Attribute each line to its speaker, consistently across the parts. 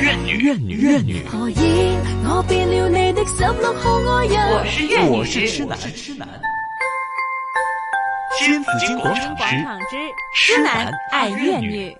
Speaker 1: 怨女，怨女，
Speaker 2: 何以我變了你的十六號愛人？
Speaker 3: 我是怨女，
Speaker 1: 我是痴男，
Speaker 3: 我是痴男。
Speaker 1: 新紫金广场之
Speaker 4: 之
Speaker 1: 痴男爱怨
Speaker 4: 怨
Speaker 1: 女，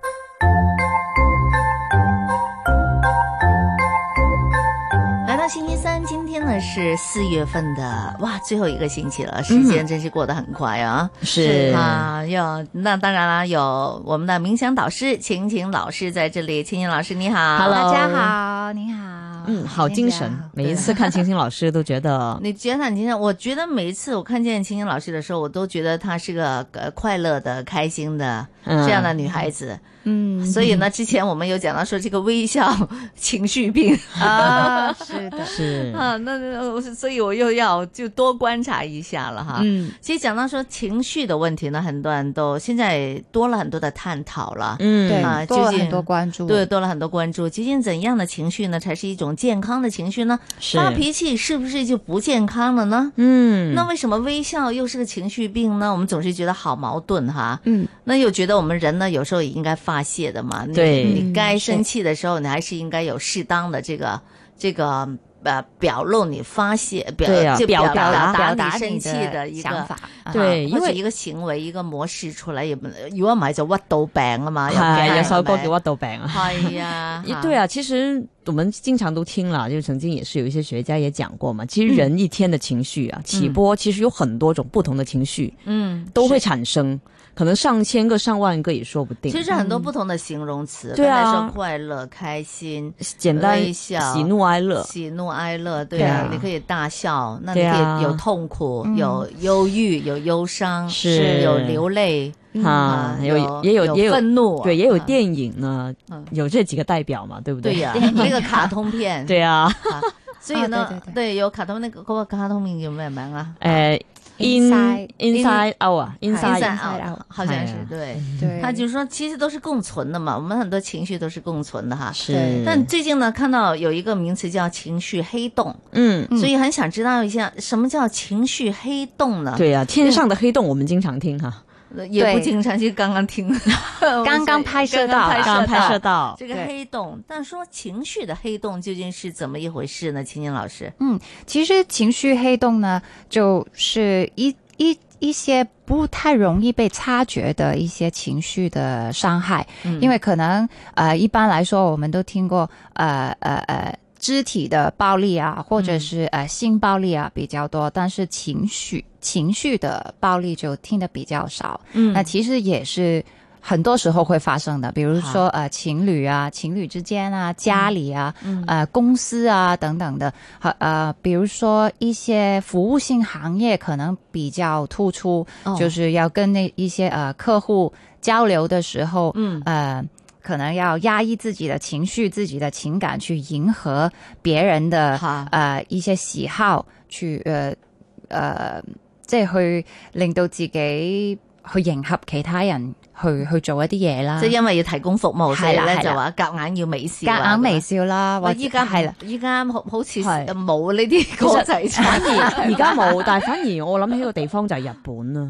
Speaker 5: 来到星期三，今天呢是四月份的哇最后一个星期了，时间真是过得很快啊！
Speaker 3: 是
Speaker 5: 啊，有那当然啦，有我们的冥想导师晴晴老师在这里，晴晴老师你好
Speaker 3: Hello
Speaker 4: 大家好，你好，
Speaker 3: 嗯，好精神
Speaker 5: 哎呀。
Speaker 3: 每一次看晴晴老师都 觉得
Speaker 5: 你觉得很晴晴？我觉得每一次我看见晴晴老师的时候，我都觉得她是个呃快乐的、开心的
Speaker 3: 嗯
Speaker 5: 这样的女孩子。
Speaker 4: 嗯
Speaker 5: 所以呢，之前我们有讲到说这个微笑 情绪 病
Speaker 4: 啊，是的，
Speaker 3: 是
Speaker 5: 啊，那那我所以我又要就多观察一下了哈。
Speaker 4: 嗯，
Speaker 5: 其实讲到说情绪的问题呢，很多人都现在多了很多的探讨了，
Speaker 3: 嗯
Speaker 4: 对
Speaker 5: 啊，
Speaker 4: 多
Speaker 5: 究
Speaker 4: 了
Speaker 5: 竟
Speaker 4: 很多关注，
Speaker 5: 对，，多了很多关注。究竟怎样的情绪呢，才是一种健康的情绪呢？
Speaker 3: 是
Speaker 5: 发脾气是不是就不健康了呢？
Speaker 3: 嗯
Speaker 5: 那为什么微笑又是个情绪病呢？我们总是觉得好矛盾哈。
Speaker 4: 嗯，
Speaker 5: 那又觉得我们人呢，有时候也应该发泄的嘛。你
Speaker 3: 对
Speaker 5: 你
Speaker 4: 嗯
Speaker 5: 该
Speaker 4: 是
Speaker 5: 生气的时候，你还是应该有适当的这个这个呃表露你发泄表
Speaker 3: 对啊
Speaker 5: 就
Speaker 3: 表
Speaker 5: 表
Speaker 3: 达
Speaker 5: 达
Speaker 4: 表达
Speaker 5: 你生气
Speaker 4: 的
Speaker 5: 一
Speaker 4: 想
Speaker 5: 个。
Speaker 4: 法，啊
Speaker 3: 對
Speaker 5: 或
Speaker 3: 因
Speaker 5: 者
Speaker 3: 為
Speaker 5: 一個行為一個模式出嚟，亦唔如果唔係就屈到病啊 嘛。
Speaker 3: 哎系有首歌
Speaker 5: 嘅
Speaker 3: 叫《
Speaker 5: 話，
Speaker 3: 我豆饼》啊。，
Speaker 5: 係啊
Speaker 3: 对啊，其实我们经常都听了，就曾经也是有一些学家也讲过嘛，
Speaker 5: 嗯
Speaker 3: 其实人一天的情绪啊，起波其实有很多种不同的情绪
Speaker 5: 嗯，
Speaker 3: 都会产生，可能上千个、上万个也说不定。
Speaker 5: 其實很多不同的形容詞，
Speaker 3: 對啊
Speaker 5: 剛才說快樂、開心、
Speaker 3: 简单
Speaker 5: 微笑
Speaker 3: 喜怒哀乐，
Speaker 5: 喜怒哀乐，对
Speaker 3: 对
Speaker 5: 啊
Speaker 3: 啊，
Speaker 5: 你可以大笑，那你
Speaker 3: 对
Speaker 5: 可
Speaker 3: 啊嗯
Speaker 5: 以有痛苦，有忧郁，有忧伤，
Speaker 3: 是
Speaker 5: 有流泪
Speaker 3: 啊，有也有
Speaker 5: 有
Speaker 3: 也有
Speaker 5: 愤怒，
Speaker 3: 对，也有
Speaker 5: 啊
Speaker 3: 电影呢
Speaker 5: 嗯，
Speaker 3: 有这几个代表嘛，对不对？
Speaker 5: 对呀， 那个卡通片，
Speaker 3: 对啊，
Speaker 5: 啊，所以
Speaker 4: 啊对
Speaker 5: 呢
Speaker 4: 对，对
Speaker 5: 对有卡通那个嗰个卡通片叫咩名啊？
Speaker 3: 诶
Speaker 4: Inside-
Speaker 3: 呃 inside out 啊
Speaker 5: 三
Speaker 3: ，inside
Speaker 4: Inside
Speaker 5: 啊
Speaker 4: Out，
Speaker 5: 好像是
Speaker 3: 哎呀
Speaker 5: 对。
Speaker 4: 对，
Speaker 5: 他就说，其实都是共存的嘛，我们很多情绪都是共存的哈。
Speaker 3: 是
Speaker 4: 对，
Speaker 5: 但最近呢，看到有一个名词叫情绪黑洞，
Speaker 3: 嗯，
Speaker 4: 嗯
Speaker 5: 所以很想知道一下什么叫情绪黑洞呢？
Speaker 3: 对呀，啊天上的黑洞我们经常听哈，
Speaker 5: 也不
Speaker 4: 对
Speaker 5: 经常，就刚刚听，
Speaker 4: 刚刚拍摄到
Speaker 5: 呃刚
Speaker 4: 拍
Speaker 3: 刚刚拍摄
Speaker 5: 摄到
Speaker 3: 到，
Speaker 5: 这个
Speaker 4: 对
Speaker 5: 黑洞。但说情绪的黑洞究竟是怎么一回事呢？秦秦老师，
Speaker 4: 其实情绪黑洞呢，就是一一一些不太容易被察觉的一些情绪的伤害，
Speaker 5: 嗯
Speaker 4: 因为可能呃，一般来说我们都听过呃呃呃。肢体的暴力啊，或者是呃性暴力啊比较多，但是情绪情绪的暴力就听得比较少。
Speaker 5: 嗯
Speaker 4: 那其实也是很多时候会发生的，比如说呃情侣啊、情侣之间啊、家里啊、呃公司啊等等的，好呃比如说一些服务性行业可能比较突出，
Speaker 5: 哦
Speaker 4: 就是要跟那一些呃客户交流的时候，
Speaker 5: 嗯
Speaker 4: 呃。可能要压抑自己的情绪、自己的情感，去迎合别人的
Speaker 5: 好
Speaker 4: 呃一些喜好，去呃呃，即係去令到自己去迎合其他人去去做一啲嘢啦，
Speaker 5: 即係因為要提供服務，所以
Speaker 4: 係啦
Speaker 5: 咧
Speaker 4: 係啦
Speaker 5: 就話夾硬要美笑啊，
Speaker 4: 夾硬微
Speaker 5: 笑。
Speaker 4: 笑啦，或
Speaker 5: 喂
Speaker 4: 者
Speaker 5: 依家
Speaker 4: 係
Speaker 5: 係
Speaker 4: 啦
Speaker 5: 啦，，依家好好似
Speaker 3: 係
Speaker 5: 冇呢啲歌仔唱，
Speaker 3: 反而而家 冇，但系反而我谂起个地方就系日本啊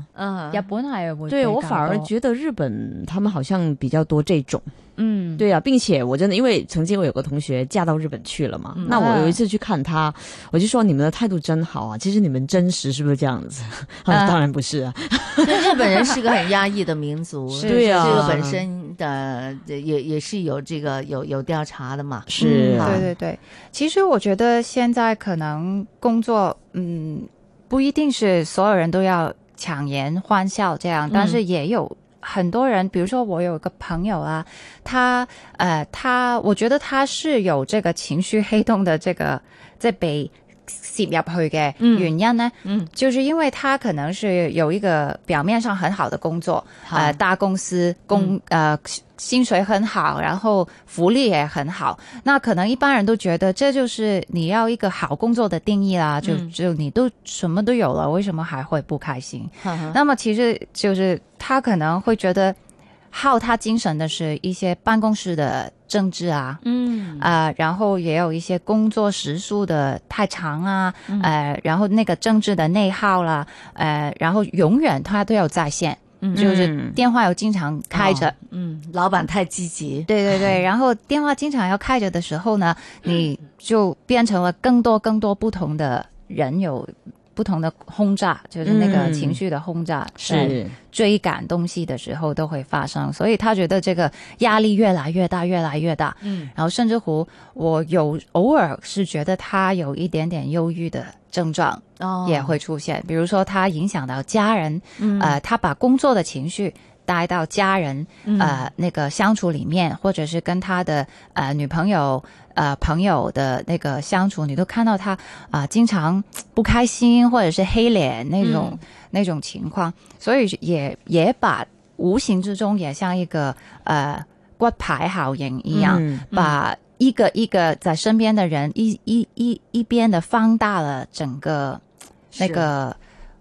Speaker 5: 嗯
Speaker 3: 啦。
Speaker 4: 日本係會
Speaker 3: 对
Speaker 4: 比
Speaker 3: 我
Speaker 4: 較
Speaker 3: 反而
Speaker 4: 多
Speaker 3: 觉得日本他们好像比较多这种。
Speaker 4: 嗯
Speaker 3: 对啊，并且我真的因为曾经我有个同学嫁到日本去了嘛，
Speaker 5: 嗯
Speaker 3: 那我有一次去看她，我就说你们的态度真好啊，其实你们真实是不是这样子？她说
Speaker 4: 啊
Speaker 3: 当然不 是啊，
Speaker 5: 日本人是个很压抑的民 族，
Speaker 4: 是
Speaker 3: 对啊
Speaker 5: 这个本身的也也是有这个有有调查的嘛。
Speaker 3: 是啊
Speaker 4: 嗯对对对。其实我觉得现在可能工作，嗯，不一定是所有人都要强颜欢笑这样，但是也有。很多人，比如说我有个朋友啊，他呃，他我觉得他是有这个情绪黑洞的这个即係被涉入去嘅
Speaker 5: 嗯
Speaker 4: 原因呢，
Speaker 5: 嗯，
Speaker 4: 就是因为他可能是有一个表面上很好的工作，
Speaker 5: 哎
Speaker 4: 呃，大公司工、呃薪水很好，然后福利也很好。那可能一般人都觉得这就是你要一个好工作的定义啦，就
Speaker 5: 嗯
Speaker 4: 就你都什么都有了，为什么还会不开心？
Speaker 5: 哈哈
Speaker 4: 那么其实就是他可能会觉得耗他精神的是一些办公室的政治啊，
Speaker 5: 嗯
Speaker 4: 啊，然后也有一些工作时数的太长啊，
Speaker 5: 嗯
Speaker 4: 呃，然后那个政治的内耗啦，呃，然后永远他都有在线。
Speaker 5: 嗯
Speaker 4: 就是电话有经常开着，
Speaker 3: 哦
Speaker 5: 嗯，老板太积极，
Speaker 4: 对 对对，然后电话经常要开着的时候呢，你就变成了更多更多不同的人有不同的轰炸，就是那个
Speaker 3: 嗯
Speaker 4: 情绪的轰炸，在
Speaker 3: 是
Speaker 4: 追赶东西的时候都会发生，所以他觉得这个压力越来越大，越来越大，
Speaker 5: 嗯，
Speaker 4: 然后甚至乎我有偶尔是觉得他有一点点忧郁的症状
Speaker 5: 哦
Speaker 4: 也会出现，比如说他影响到家人，
Speaker 5: 嗯
Speaker 4: 呃，他把工作的情绪。带到家人，
Speaker 3: 嗯
Speaker 5: 哎
Speaker 4: 呃，那个相处里面，或者是跟他的呃女朋友、呃朋友的那个相处，你都看到他啊、经常不开心或者是黑脸那种、
Speaker 3: 嗯
Speaker 4: 那种情况，所以也也把无形之中也像一个呃骨牌效应一样，
Speaker 3: 嗯
Speaker 4: 把一个一个在身边的人一一一一边的放大了整个那个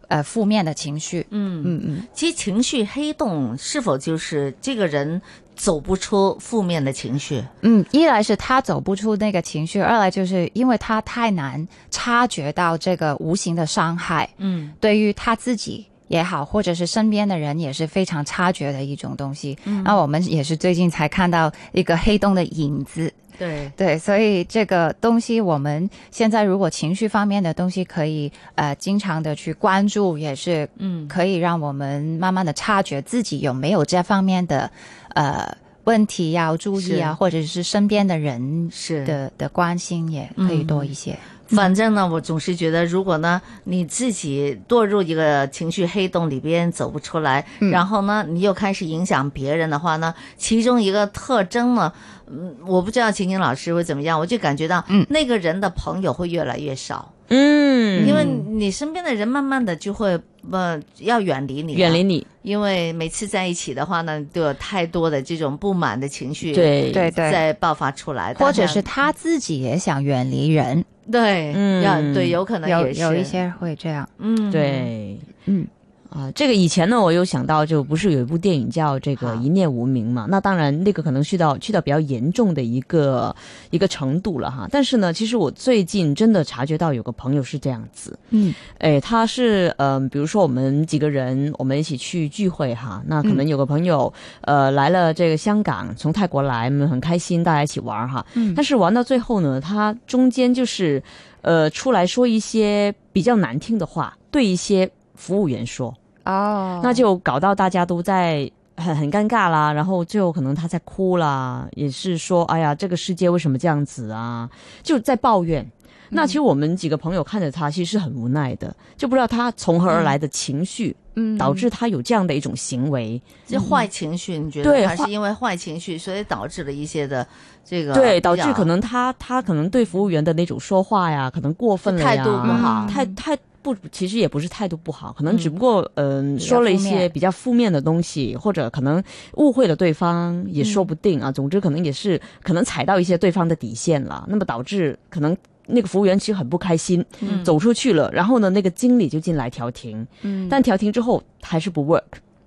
Speaker 4: 呃负面的情绪。
Speaker 5: 嗯，
Speaker 4: 嗯嗯，
Speaker 5: 其实情绪黑洞是否就是这个人走不出负面的情绪？
Speaker 4: 嗯，一来是他走不出那个情绪，二来就是因为他太难察觉到这个无形的伤害，
Speaker 5: 嗯
Speaker 4: 对于他自己也好，或者是身边的人也是非常察觉的一种东西。那我们也是最近才看到一个黑洞的影子，
Speaker 5: 对，
Speaker 4: 对，所以这个东西我们现在如果情绪方面的东西可以呃经常的去关注，也是
Speaker 5: 嗯
Speaker 4: 可以让我们慢慢的察觉自己有没有这方面的呃问题要注意啊，
Speaker 5: 是
Speaker 4: 或者是身边的人
Speaker 5: 是嗯
Speaker 4: 的的关心也可以多一些。
Speaker 5: 反正呢，我总是觉得，如果呢你自己堕入一个情绪黑洞里边走不出来，
Speaker 4: 嗯
Speaker 5: 然后呢你又开始影响别人的话呢，其中一个特征呢，嗯，我不知道晴晴老师会怎么样，我就感觉到，
Speaker 4: 嗯
Speaker 5: 那个人的朋友会越来越少，
Speaker 3: 嗯，
Speaker 5: 因为你身边的人慢慢的就会呃要远离你，
Speaker 3: 远离，嗯你，
Speaker 5: 因为每次在一起的话呢，都有太多的这种不满的情绪，。
Speaker 3: 对
Speaker 4: 对对
Speaker 5: 在爆发出来，
Speaker 4: 或者
Speaker 5: 当然
Speaker 4: 是他自己也想远离人，
Speaker 5: 对，
Speaker 3: 嗯
Speaker 5: 要对，有可能
Speaker 4: 有
Speaker 5: 也是
Speaker 4: 有一，些会这样。
Speaker 5: 嗯，
Speaker 3: 对，
Speaker 4: 嗯
Speaker 3: 啊，这个以前呢，我有想到，就不是有一部电影叫这个
Speaker 5: 好
Speaker 3: 《一念无名》嘛？那当然，那个可能去到去到比较严重的一个一个程度了哈。但是呢，其实我最近真的察觉到有个朋友是这样子，
Speaker 4: 嗯
Speaker 3: 哎，他是嗯、比如说我们几个人，我们一起去聚会哈，那可
Speaker 4: 嗯
Speaker 3: 能有个朋友、呃来了这个香港，从泰国来，我们很开心，大家一起玩哈。
Speaker 4: 嗯
Speaker 3: 但是玩到最后呢，他中间就是呃出来说一些比较难听的话，对一些服务员说，
Speaker 4: 哦，
Speaker 3: 那就搞到大家都在。很很尴尬啦，然后最后可能他在哭啦，也是说，哎呀，这个世界为什么这样子啊？就在抱
Speaker 4: 嗯
Speaker 3: 怨。那其实我们几个朋友看着他，其实是很无奈的，就不知道他从何而来的情绪，
Speaker 4: 嗯
Speaker 3: 导致他有这样的一种行为。
Speaker 5: 这坏情绪，你觉
Speaker 3: 对
Speaker 5: 得还
Speaker 3: 坏
Speaker 5: 是因为坏情绪，所以导致了一些的这个
Speaker 3: 对，导致
Speaker 5: 比较
Speaker 3: 可能他他可能对服务员的那种说话呀，可能过分了呀，
Speaker 5: 态度不好
Speaker 3: 嗯态态不，其实也不是态度不好，可能只不过嗯、
Speaker 4: 较
Speaker 3: 说了一
Speaker 4: 负
Speaker 3: 些
Speaker 4: 面
Speaker 3: 比较负面的东西，或者可能误会了对方，也
Speaker 5: 嗯
Speaker 3: 说不定啊。总之，可能也是可能踩到一些对方的底线了，那么导致可能。那个服务员其实很不开心，
Speaker 5: 嗯
Speaker 3: 走出去了。然后呢，那个经理就进来调停，
Speaker 4: 嗯
Speaker 3: 但调停之后还是不 work，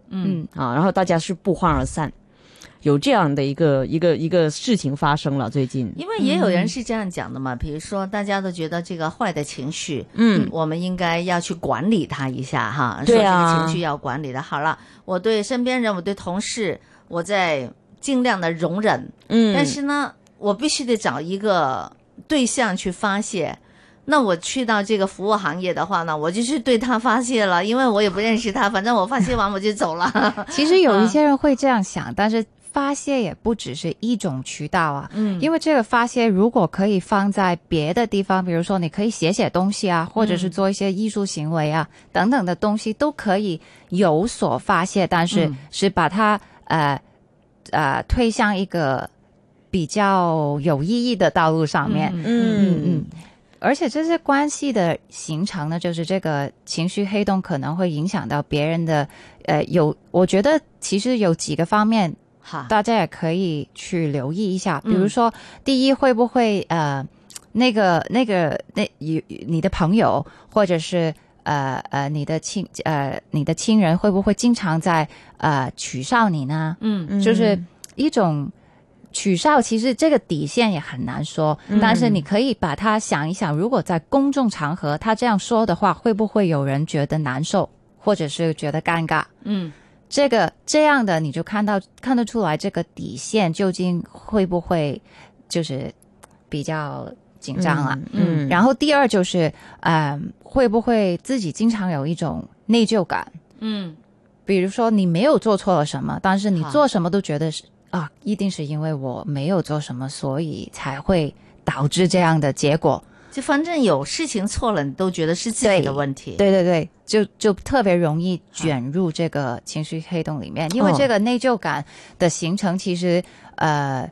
Speaker 5: 嗯
Speaker 3: 啊，然后大家是不欢而散，有这样的一个一个一个事情发生了。最近，
Speaker 5: 因为也有
Speaker 3: 嗯
Speaker 5: 人是这样讲的嘛，比如说大家都觉得这个坏的情绪，
Speaker 3: 嗯，
Speaker 5: 我们应该要去管理它一下哈，
Speaker 3: 对
Speaker 5: 说这
Speaker 3: 啊
Speaker 5: 个情绪要管理的。好了，我对身边人，我对同事，我在尽量的容忍，
Speaker 3: 嗯，
Speaker 5: 但是呢，我必须得找一个对象去发泄。那我去到这个服务行业的话呢，我就去对他发泄了，因为我也不认识他，反正我发泄完我就走 了。
Speaker 4: 其实有
Speaker 5: 嗯
Speaker 4: 一些人会这样想，但是发泄也不只是一种渠道啊。
Speaker 5: 嗯
Speaker 4: 因为这个发泄如果可以放在别的地方，比如说你可以写写东西啊，或者
Speaker 5: 嗯
Speaker 4: 是做一些艺术行为啊、等等的东西，都可以有所发泄，但是
Speaker 5: 嗯
Speaker 4: 是把它呃呃推向一个比较有意义的道路上面。嗯
Speaker 3: 嗯
Speaker 4: 嗯，而且这些关系的形成呢，就是这个情绪黑洞可能会影响到别人的，呃，有我觉得其实有几个方面，
Speaker 5: 好，
Speaker 4: 大家也可以去留意一下。比
Speaker 5: 嗯
Speaker 4: 如说，第一会不会呃，那个那个那你你的朋友或者是呃呃你的亲呃你的亲人会不会经常在呃取笑你呢？
Speaker 5: 嗯
Speaker 3: 嗯
Speaker 4: 就是一种取笑。其实这个底线也很难说，
Speaker 5: 嗯
Speaker 4: 但是你可以把它想一想，如果在公众场合他这样说的话，会不会有人觉得难受，或者是觉得尴尬？
Speaker 5: 嗯
Speaker 4: 这个这样的，你就看到看得出来这个底线究竟会不会就是比较紧张了。
Speaker 3: 嗯，
Speaker 4: 然后第二就是，呃，会不会自己经常有一种内疚感？
Speaker 5: 嗯，
Speaker 4: 比如说你没有做错了什么，但是你
Speaker 5: 好
Speaker 4: 做什么都觉得是啊，一定是因为我没有做什么，所以才会导致这样的结果。
Speaker 5: 就反正有事情错了，你都觉得是自己的问题。，
Speaker 4: 对对对，就就特别容易卷入这个情绪黑洞里面，因为
Speaker 3: 哦
Speaker 4: 这个内疚感的形成，其实呃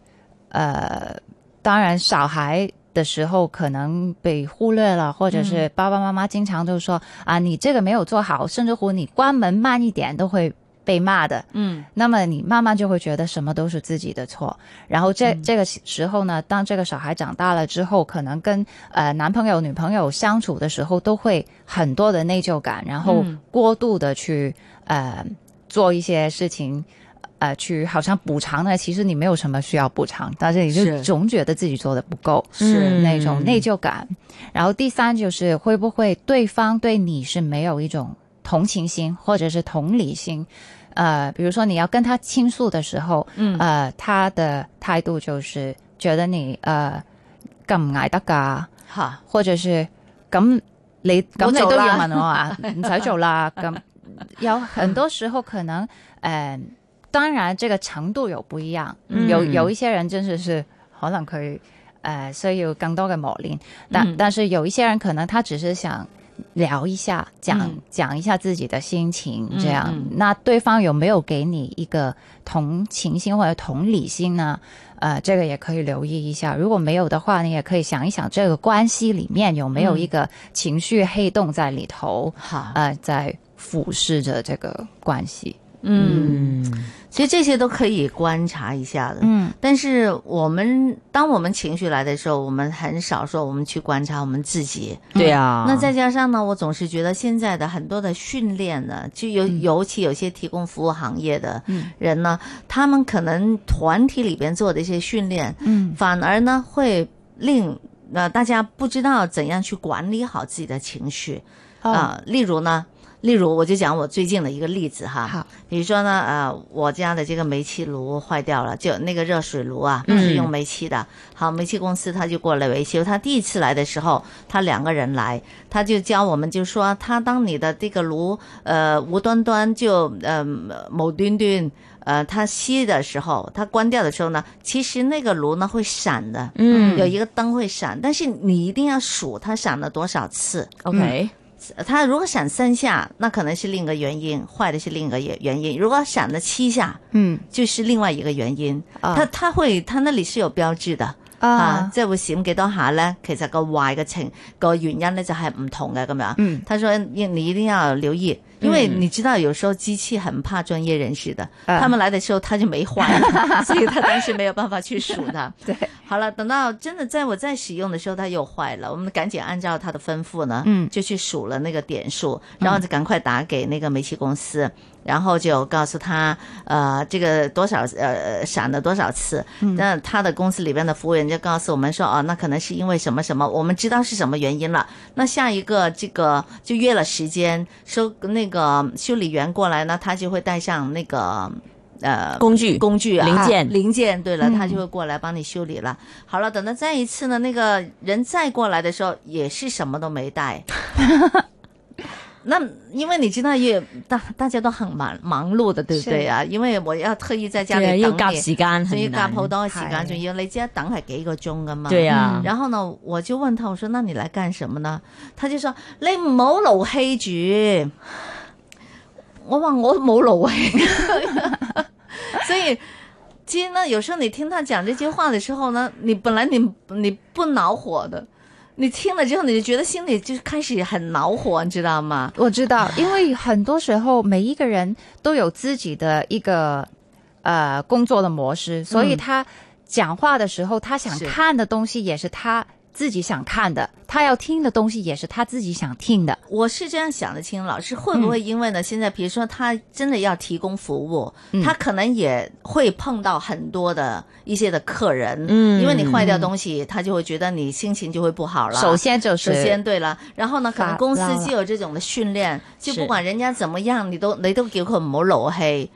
Speaker 4: 呃，当然小孩。的时候可能被忽略了，或者是爸爸妈妈经常就说、啊，你这个没有做好，甚至乎你关门慢一点都会被骂的。
Speaker 5: 嗯，
Speaker 4: 那么你慢慢就会觉得什么都是自己的错。然后
Speaker 5: 嗯
Speaker 4: 这、这个时候呢，当这个小孩长大了之后，可能跟呃男朋友、女朋友相处的时候，都会很多的内疚感，然后
Speaker 5: 嗯
Speaker 4: 过度的去呃做一些事情。呃，去好像补偿呢，其实你没有什么需要补偿，但是你就是总觉得自己做的不够，
Speaker 3: 嗯
Speaker 4: 那种内疚感。然后第三就是会不会对方对你是没有一种同情心或者是同理心？呃，比如说你要跟他倾诉的时候，
Speaker 5: 嗯
Speaker 4: 呃，他的态度就是觉得你呃咁唔捱得噶，
Speaker 5: 好，
Speaker 4: 或者是咁你咁
Speaker 5: 冇
Speaker 4: 你
Speaker 5: 做
Speaker 4: 都要
Speaker 5: 啦
Speaker 4: 問我 啊，唔使做啦。咁有很多時候可能呃，當然這個程度有不一樣，
Speaker 3: 嗯
Speaker 4: 有有一些人真的是可能佢呃需要更多嘅磨練，但、
Speaker 5: 嗯
Speaker 4: 但是有一些人可能他只是想。聊一下，讲
Speaker 5: 嗯
Speaker 4: 讲一下自己的心情，
Speaker 5: 嗯
Speaker 4: 这样、
Speaker 5: 嗯
Speaker 4: 那对方有没有给你一个同情心或者同理心呢？呃，这个也可以留意一下。如果没有的话，你也可以想一想这个关系里面有没有一个情绪黑洞在里头，
Speaker 5: 嗯好，
Speaker 4: 呃，在俯视着这个关系。
Speaker 5: 嗯，
Speaker 3: 嗯
Speaker 5: 所以这些都可以观察一下的。
Speaker 4: 嗯，
Speaker 5: 但是我们当我们情绪来的时候，我们很少说我们去观察我们自己。
Speaker 3: 对啊，
Speaker 5: 那再加上呢，我总是觉得现在的很多的训练呢，就尤、尤其有些提供服务行业的
Speaker 4: 嗯
Speaker 5: 人呢，他们可能团体里边做的一些训练，
Speaker 4: 嗯
Speaker 5: 反而呢会令呃大家不知道怎样去管理好自己的情绪
Speaker 4: 哦
Speaker 5: 啊、例如呢，例如我就讲我最近的一个例子哈，
Speaker 4: 好，
Speaker 5: 比如说呢，呃，我家的这个煤气炉坏掉了，就那个热水炉啊，是用煤气的。好，煤气公司他就过来维修。他第一次来的时候，他两个人来，他就教我们就说，他当你的这个炉呃无端端就呃某端端呃它熄的时候，它关掉的时候呢，其实那个炉呢会闪的，
Speaker 3: 嗯
Speaker 5: 有一个灯会闪，但是你一定要数它闪了多少次。
Speaker 3: OK，
Speaker 5: 它呃如果闪三下，那可能是另一个原因，坏的是另一个原原因；如果闪了七下，
Speaker 4: 嗯
Speaker 5: 就是另外一个原因。
Speaker 4: 啊
Speaker 5: 它它會它那裡是有標誌的。啊
Speaker 4: 啊，，
Speaker 5: 即係會閃幾多下咧？其實個壞嘅情個原因咧就係唔同嘅咁樣。
Speaker 4: 嗯
Speaker 5: 他說你你一定要留意，因為你知道有時候機器很怕專業人士的，
Speaker 4: 啊
Speaker 5: 他們來的時候他就沒壞了，所以他當時沒有辦法去數它。
Speaker 4: 对，
Speaker 5: 好了，等到真的在我在使用的时候，它又坏了，我们赶紧按照他的吩咐呢，
Speaker 4: 嗯
Speaker 5: 就去数了那个点数，然后就赶快打给那个煤气公司，然后就告诉他，呃，这个多少呃闪了多少次，
Speaker 3: 嗯
Speaker 5: 那他的公司里边的服务员就告诉我们说，哦，那可能是因为什么什么，我们知道是什么原因了。那下一个这个就约了时间，收那个修理员过来呢，他就会带上那个呃
Speaker 3: 工具
Speaker 5: 工具啊、
Speaker 3: 零件嗯
Speaker 5: 啊零件。对了，
Speaker 4: 嗯
Speaker 5: 他就会过来帮你修理了。好了，等到再一次呢，那个人再过来的时候，也是什么都没带。那因为你知道也大大家都很忙忙碌的，对不对啊？因为我要特意在家里
Speaker 3: 对啊，
Speaker 5: 等你，
Speaker 3: 要夾時間
Speaker 5: 仲要
Speaker 3: 很
Speaker 5: 夾
Speaker 3: 難
Speaker 5: 好多時間，
Speaker 4: 係
Speaker 5: 仲要你知一等係幾個鐘噶嘛。嗯
Speaker 3: 對啊，
Speaker 5: 然後呢，我就問他，我說：那你來幹什麼呢？他就說：你唔好勞氣住。我話我冇勞氣， 所以其實呢，有時候你聽他講這句話的時候呢，你本來你你不惱火的，你聽了之後你就覺得心裡就開始很惱火，你知道嗎？
Speaker 4: 我知道，因为很多时候每一个人都有自己的一个呃工作的模式，所以他讲话的时候，他想
Speaker 5: 嗯是
Speaker 4: 看的东西也是他自己想看的，他要听的东西也是他自己想听的。
Speaker 5: 我是这样想的，青老
Speaker 3: 嗯
Speaker 5: 师会不会因为呢？现在比如说他真的要提供服务，
Speaker 4: 嗯
Speaker 5: 他可能也会碰到很多的一些的客人，
Speaker 3: 嗯
Speaker 5: 因为你坏掉东西，他就会觉得你心情就会不好了。
Speaker 4: 首先就
Speaker 5: 首
Speaker 4: 是
Speaker 5: 先，对了，然后呢，可能
Speaker 4: 發
Speaker 5: 公司
Speaker 4: 嬲啦
Speaker 5: 就有這種嘅訓練，就不
Speaker 3: 是
Speaker 5: 管人家怎麼樣，你都你都叫佢唔好勞 氣。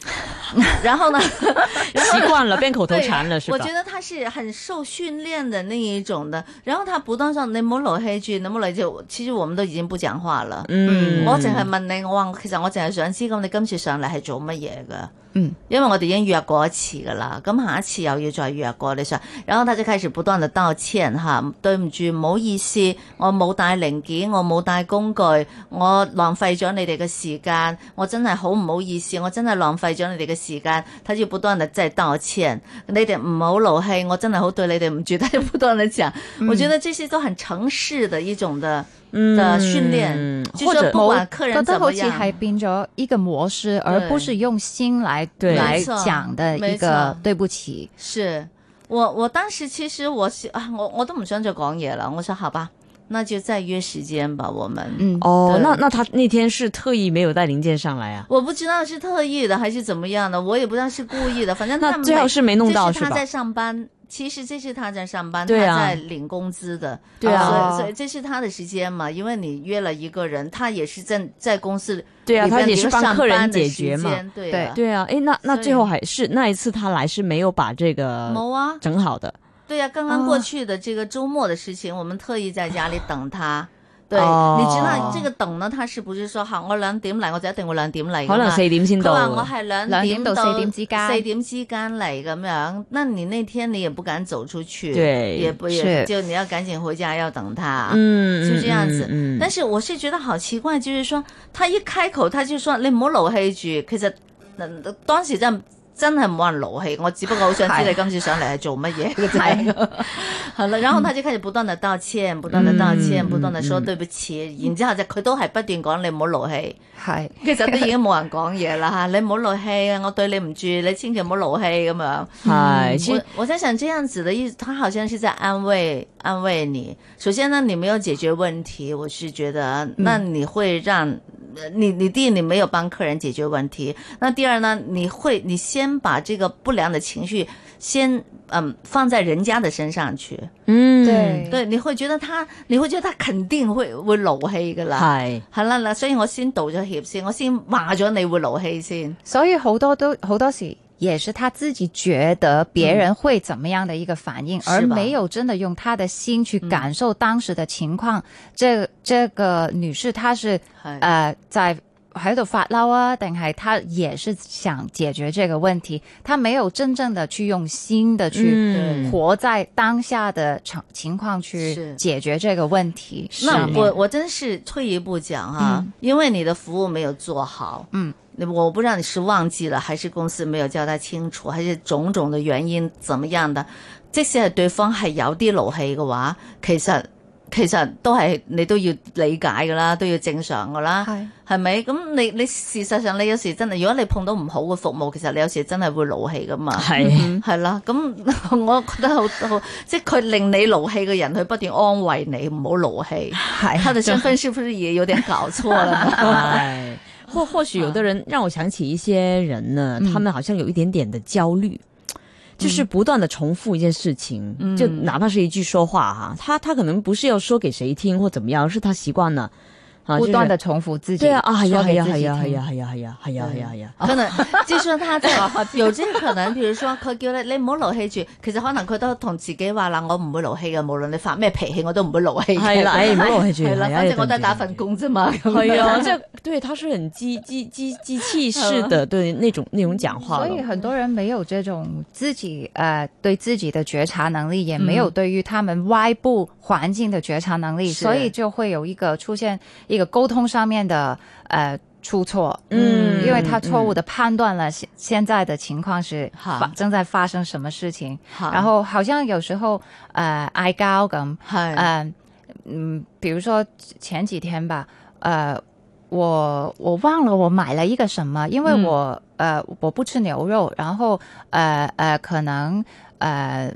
Speaker 5: 然後呢，
Speaker 3: 习惯了变口头
Speaker 5: 對
Speaker 3: 禅了是
Speaker 5: 我
Speaker 3: 吧
Speaker 5: 覺？得他是很受訓練的那一種的。然後他不斷上你唔好勞氣住，你唔好勞氣住。其實我們都已經不講話了。
Speaker 3: 嗯
Speaker 5: 我淨係問你，我話其實我淨係想知，咁你今次上嚟係做乜嘢㗎？
Speaker 4: 嗯，
Speaker 5: 因为我哋已经约过一次噶啦，咁下一次又要再约过你想，然后他就开始不断地道歉吓，对唔住，唔好意思，我冇帶零件，我冇帶工具，我浪費咗你哋嘅時間，我真係好唔好意思，我真係浪費咗你哋嘅時間，他就不斷地在道歉，你哋唔好勞氣，我真係好對你哋唔住，他就不斷地講，我覺得這些都很城市的一種的的訓練，
Speaker 3: 嗯
Speaker 5: 就
Speaker 3: 或
Speaker 5: 是
Speaker 3: 者
Speaker 5: 不管客人
Speaker 4: 覺
Speaker 5: 怎
Speaker 4: 得
Speaker 5: 麼
Speaker 4: 好似
Speaker 5: 樣。
Speaker 4: 係變咗一個模式，而不是用心來
Speaker 3: 對
Speaker 4: 來
Speaker 5: 沒錯
Speaker 4: 講的一
Speaker 5: 沒
Speaker 4: 個
Speaker 5: 錯
Speaker 4: 對不起。
Speaker 5: 是我，我当时其实我是啊，我我都唔想再讲嘢了。我说好吧，那就再约时间吧，我们。
Speaker 4: 嗯，
Speaker 3: 哦
Speaker 5: 对，
Speaker 3: 那那他那天是特意没有带零件上来啊？
Speaker 5: 我不知道是特意的还是怎么样的，我也不知道是故意的，反正他
Speaker 3: 那最
Speaker 5: 每
Speaker 3: 后是没弄到
Speaker 5: 这是
Speaker 3: 是
Speaker 5: 他
Speaker 3: 吧
Speaker 5: 在上班。其实这是他在上班，
Speaker 3: 对啊
Speaker 5: 他在领工资的，
Speaker 3: 对啊
Speaker 5: 所以所以这是他的时间嘛，因为你约了一个人，他也是在在公司
Speaker 3: 对啊
Speaker 5: 里边
Speaker 3: 他也是
Speaker 5: 一个上
Speaker 3: 帮客人
Speaker 5: 班的
Speaker 3: 解
Speaker 5: 时
Speaker 3: 决嘛
Speaker 5: 间，对啊
Speaker 3: 对啊，哎，那那
Speaker 5: 所以
Speaker 3: 最后还是那一次他来是没有把这个
Speaker 5: 冇啊，
Speaker 3: 整好的，
Speaker 5: 对呀、刚刚过
Speaker 3: 啊
Speaker 5: 去的这个周末的事情，我们特意在家里等 他。对，
Speaker 3: 哦
Speaker 5: 你知道这个等呢，他是不是说好我兩點嚟，我就一定會兩點嚟㗎嘛
Speaker 3: 可能四點先
Speaker 5: 佢話我
Speaker 3: 到。
Speaker 5: 係兩
Speaker 4: 兩
Speaker 5: 點
Speaker 4: 點到四點之間
Speaker 5: 四點之間嚟咁樣。那你那天你也不敢走出去，
Speaker 3: 對
Speaker 5: 也不也
Speaker 4: 是
Speaker 5: 就你要趕緊回家要等他。
Speaker 3: 嗯
Speaker 5: 啊就这样子
Speaker 3: 嗯嗯
Speaker 5: 但是我是觉得好奇怪，就是说他一開口他就說你唔好勞氣住，其實呃當時真真係冇人勞氣，我只不過好想知你今次上嚟係做乜 嘢嘅啫。 好啦，然後他就開始不斷地道歉，不斷地道歉，
Speaker 3: 嗯
Speaker 5: 不斷地說
Speaker 3: 嗯嗯
Speaker 5: 對不起，然之後就佢都係不斷講你唔好勞氣。
Speaker 4: 係
Speaker 5: 其實都已經冇人講嘢啦嚇，你唔好勞氣啊！我對你唔住，你千祈唔好勞氣咁樣。
Speaker 3: 嗨，
Speaker 5: 嗯
Speaker 3: 其
Speaker 5: 我
Speaker 3: 实
Speaker 5: 我在想這樣子的意思，他好像是在安慰安慰你。首先呢，你没有解決問題，我是覺得那你會讓、呃你你第一你没有幫客人解決問題，那第二呢，你会你先把這個不良的情緒先嗯放在人家的身上去，
Speaker 3: 嗯，
Speaker 4: 對
Speaker 5: 對，你會覺得他你會覺得他肯定會會勞氣噶啦。
Speaker 3: 嗨，
Speaker 5: 係啦嗱，所以我先道咗歉先，我先話咗你會勞氣先。
Speaker 4: 所以好多都好多時也是他自己覺得別
Speaker 3: 嗯
Speaker 4: 人會怎麼樣的一個反應，
Speaker 5: 是吧
Speaker 4: 而沒有真的用他的心去感受當時的情況。這這個女士她是
Speaker 5: 係
Speaker 4: 呃在。喺度發嬲啊，定係她也是想解決這個問題，她沒有真正的去用心的去
Speaker 3: 嗯，
Speaker 4: 活在當下的情情況去
Speaker 5: 是
Speaker 4: 解決這個問題
Speaker 3: 是
Speaker 5: 那
Speaker 4: 上面。
Speaker 5: 我我真是退一步讲哈、
Speaker 4: 嗯
Speaker 5: 因为你的服务没有做好，
Speaker 4: 嗯，
Speaker 5: 我不知道你是忘记了，还是公司没有交代清楚，还是种种的原因怎么样的。即使係對方係有啲勞氣嘅話，其實其實都係你都要理解噶啦，都要正常噶啦，
Speaker 4: 係
Speaker 5: 係咪？咁你你事實上你有時真係，如果你碰到唔好嘅服務，其實你有時真係會勞氣噶嘛。
Speaker 3: 嗨，
Speaker 5: 係啦，咁 我覺得好好，即係佢令你勞氣嘅人，佢不斷安慰你，唔好勞氣。他的身份是不是也有點搞錯了 呢？
Speaker 3: 嗨。或或许有的人让我想起一些人呢，
Speaker 4: 嗯
Speaker 3: 他们好像有一点点的焦虑，
Speaker 5: 嗯
Speaker 3: 就是不断的重复一件事情，就哪怕是一句说话哈、他他可能不是要说给谁听或怎么样，而是他习惯了啊，
Speaker 4: 不断
Speaker 3: 的、
Speaker 4: 的重複自己，嗯
Speaker 3: 对啊啊，哎呀
Speaker 4: 說
Speaker 3: 哎
Speaker 4: 給
Speaker 3: 呀
Speaker 4: 自
Speaker 3: 哎
Speaker 4: 己
Speaker 3: 呀哎
Speaker 4: 聽
Speaker 3: 呀哎呀哎呀哎呀哎呀哎呀，
Speaker 5: 可能即係說他在有這個可能，譬如說佢叫你你唔好勞氣住，其實可能佢都同自己話啦，我唔會勞氣嘅，無論你發咩脾氣，我都唔會勞氣嘅。
Speaker 3: 係啦哎唔好勞氣住
Speaker 5: 係啦，
Speaker 3: 係啊
Speaker 5: 反
Speaker 3: 一
Speaker 5: 正
Speaker 3: 定
Speaker 5: 我都係
Speaker 3: 要
Speaker 5: 打份工啫嘛。咁
Speaker 3: 哎
Speaker 5: 樣
Speaker 4: 啊
Speaker 3: 呀， 这对他是很机机机机 器式的对那种那种讲话
Speaker 4: 嗯所
Speaker 3: 咯
Speaker 4: 以很多人没有这种自己呃对自己的觉察能力，也没有对于他们外部环境的觉察能力，
Speaker 5: 嗯是
Speaker 4: 所以就会有一个出现一个沟通上面的呃出错。
Speaker 3: 嗯
Speaker 4: 因为他错误的判断了现现在的情况是
Speaker 5: 好
Speaker 4: 发正在发生什么事情，
Speaker 5: 好
Speaker 4: 然後好像有時候誒嗌交咁，
Speaker 5: 係
Speaker 3: 哎
Speaker 4: 誒嗯，比如說前呃
Speaker 3: 嗯
Speaker 4: 幾天吧，誒、我我忘了我買了一個什麼，因為我呃我不吃牛肉，然后呃呃可能呃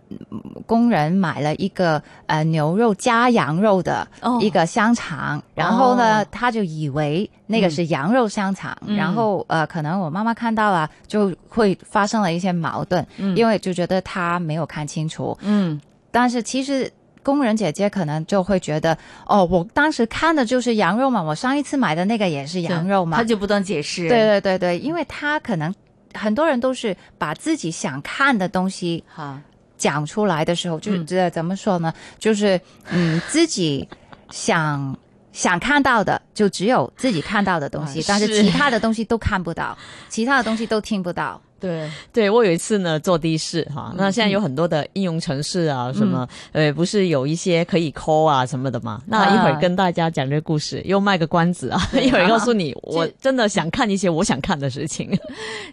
Speaker 4: 工人买了一个呃牛肉加羊肉的
Speaker 3: 哦
Speaker 4: 一个香肠，然后呢
Speaker 3: 哦
Speaker 4: 他就以为那个是羊肉香肠，
Speaker 3: 嗯
Speaker 4: 然后呃可能我妈妈看到了就会发生了一些矛盾，
Speaker 3: 嗯
Speaker 4: 因为就觉得他没有看清楚，
Speaker 3: 嗯
Speaker 4: 但是其实工人姐姐可能就会觉得，哦，我当时看的就是羊肉嘛，我上一次买的那个也是羊肉嘛
Speaker 5: 他。就不当解释。
Speaker 4: 对对对对，因为他可能很多人都是把自己想看的东西
Speaker 5: 好，
Speaker 4: 讲出来的时候，就是
Speaker 3: 嗯
Speaker 4: 这怎么说呢？就是嗯，自己想。想看到的就只有自己看到的东西，
Speaker 3: 啊
Speaker 4: 但是
Speaker 3: 是
Speaker 4: 其他的东西都看不到，其他的东西都听不到。
Speaker 5: 对，
Speaker 3: 对我有一次呢做的士
Speaker 4: 嗯
Speaker 3: 哈，那现在有很多的应用程式啊，什么呃，不是有一些可以 call 啊什么的嘛？
Speaker 4: 嗯
Speaker 3: 那一会儿跟大家讲这个故事，又卖个关子啊，一会儿告诉你，我真的想看一些我想看的事情。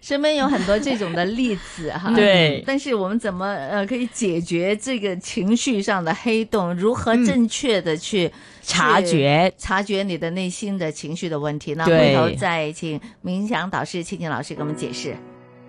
Speaker 5: 身边有很多这种的例子哈。 嗯
Speaker 3: 对
Speaker 5: 但是我们怎么呃可以解决这个情绪上的黑洞？如何正确的去、
Speaker 3: 察觉
Speaker 5: 察觉你的内心的情绪的问题？那
Speaker 3: 对
Speaker 5: 回头再请冥想导师、青青老师给我们解释。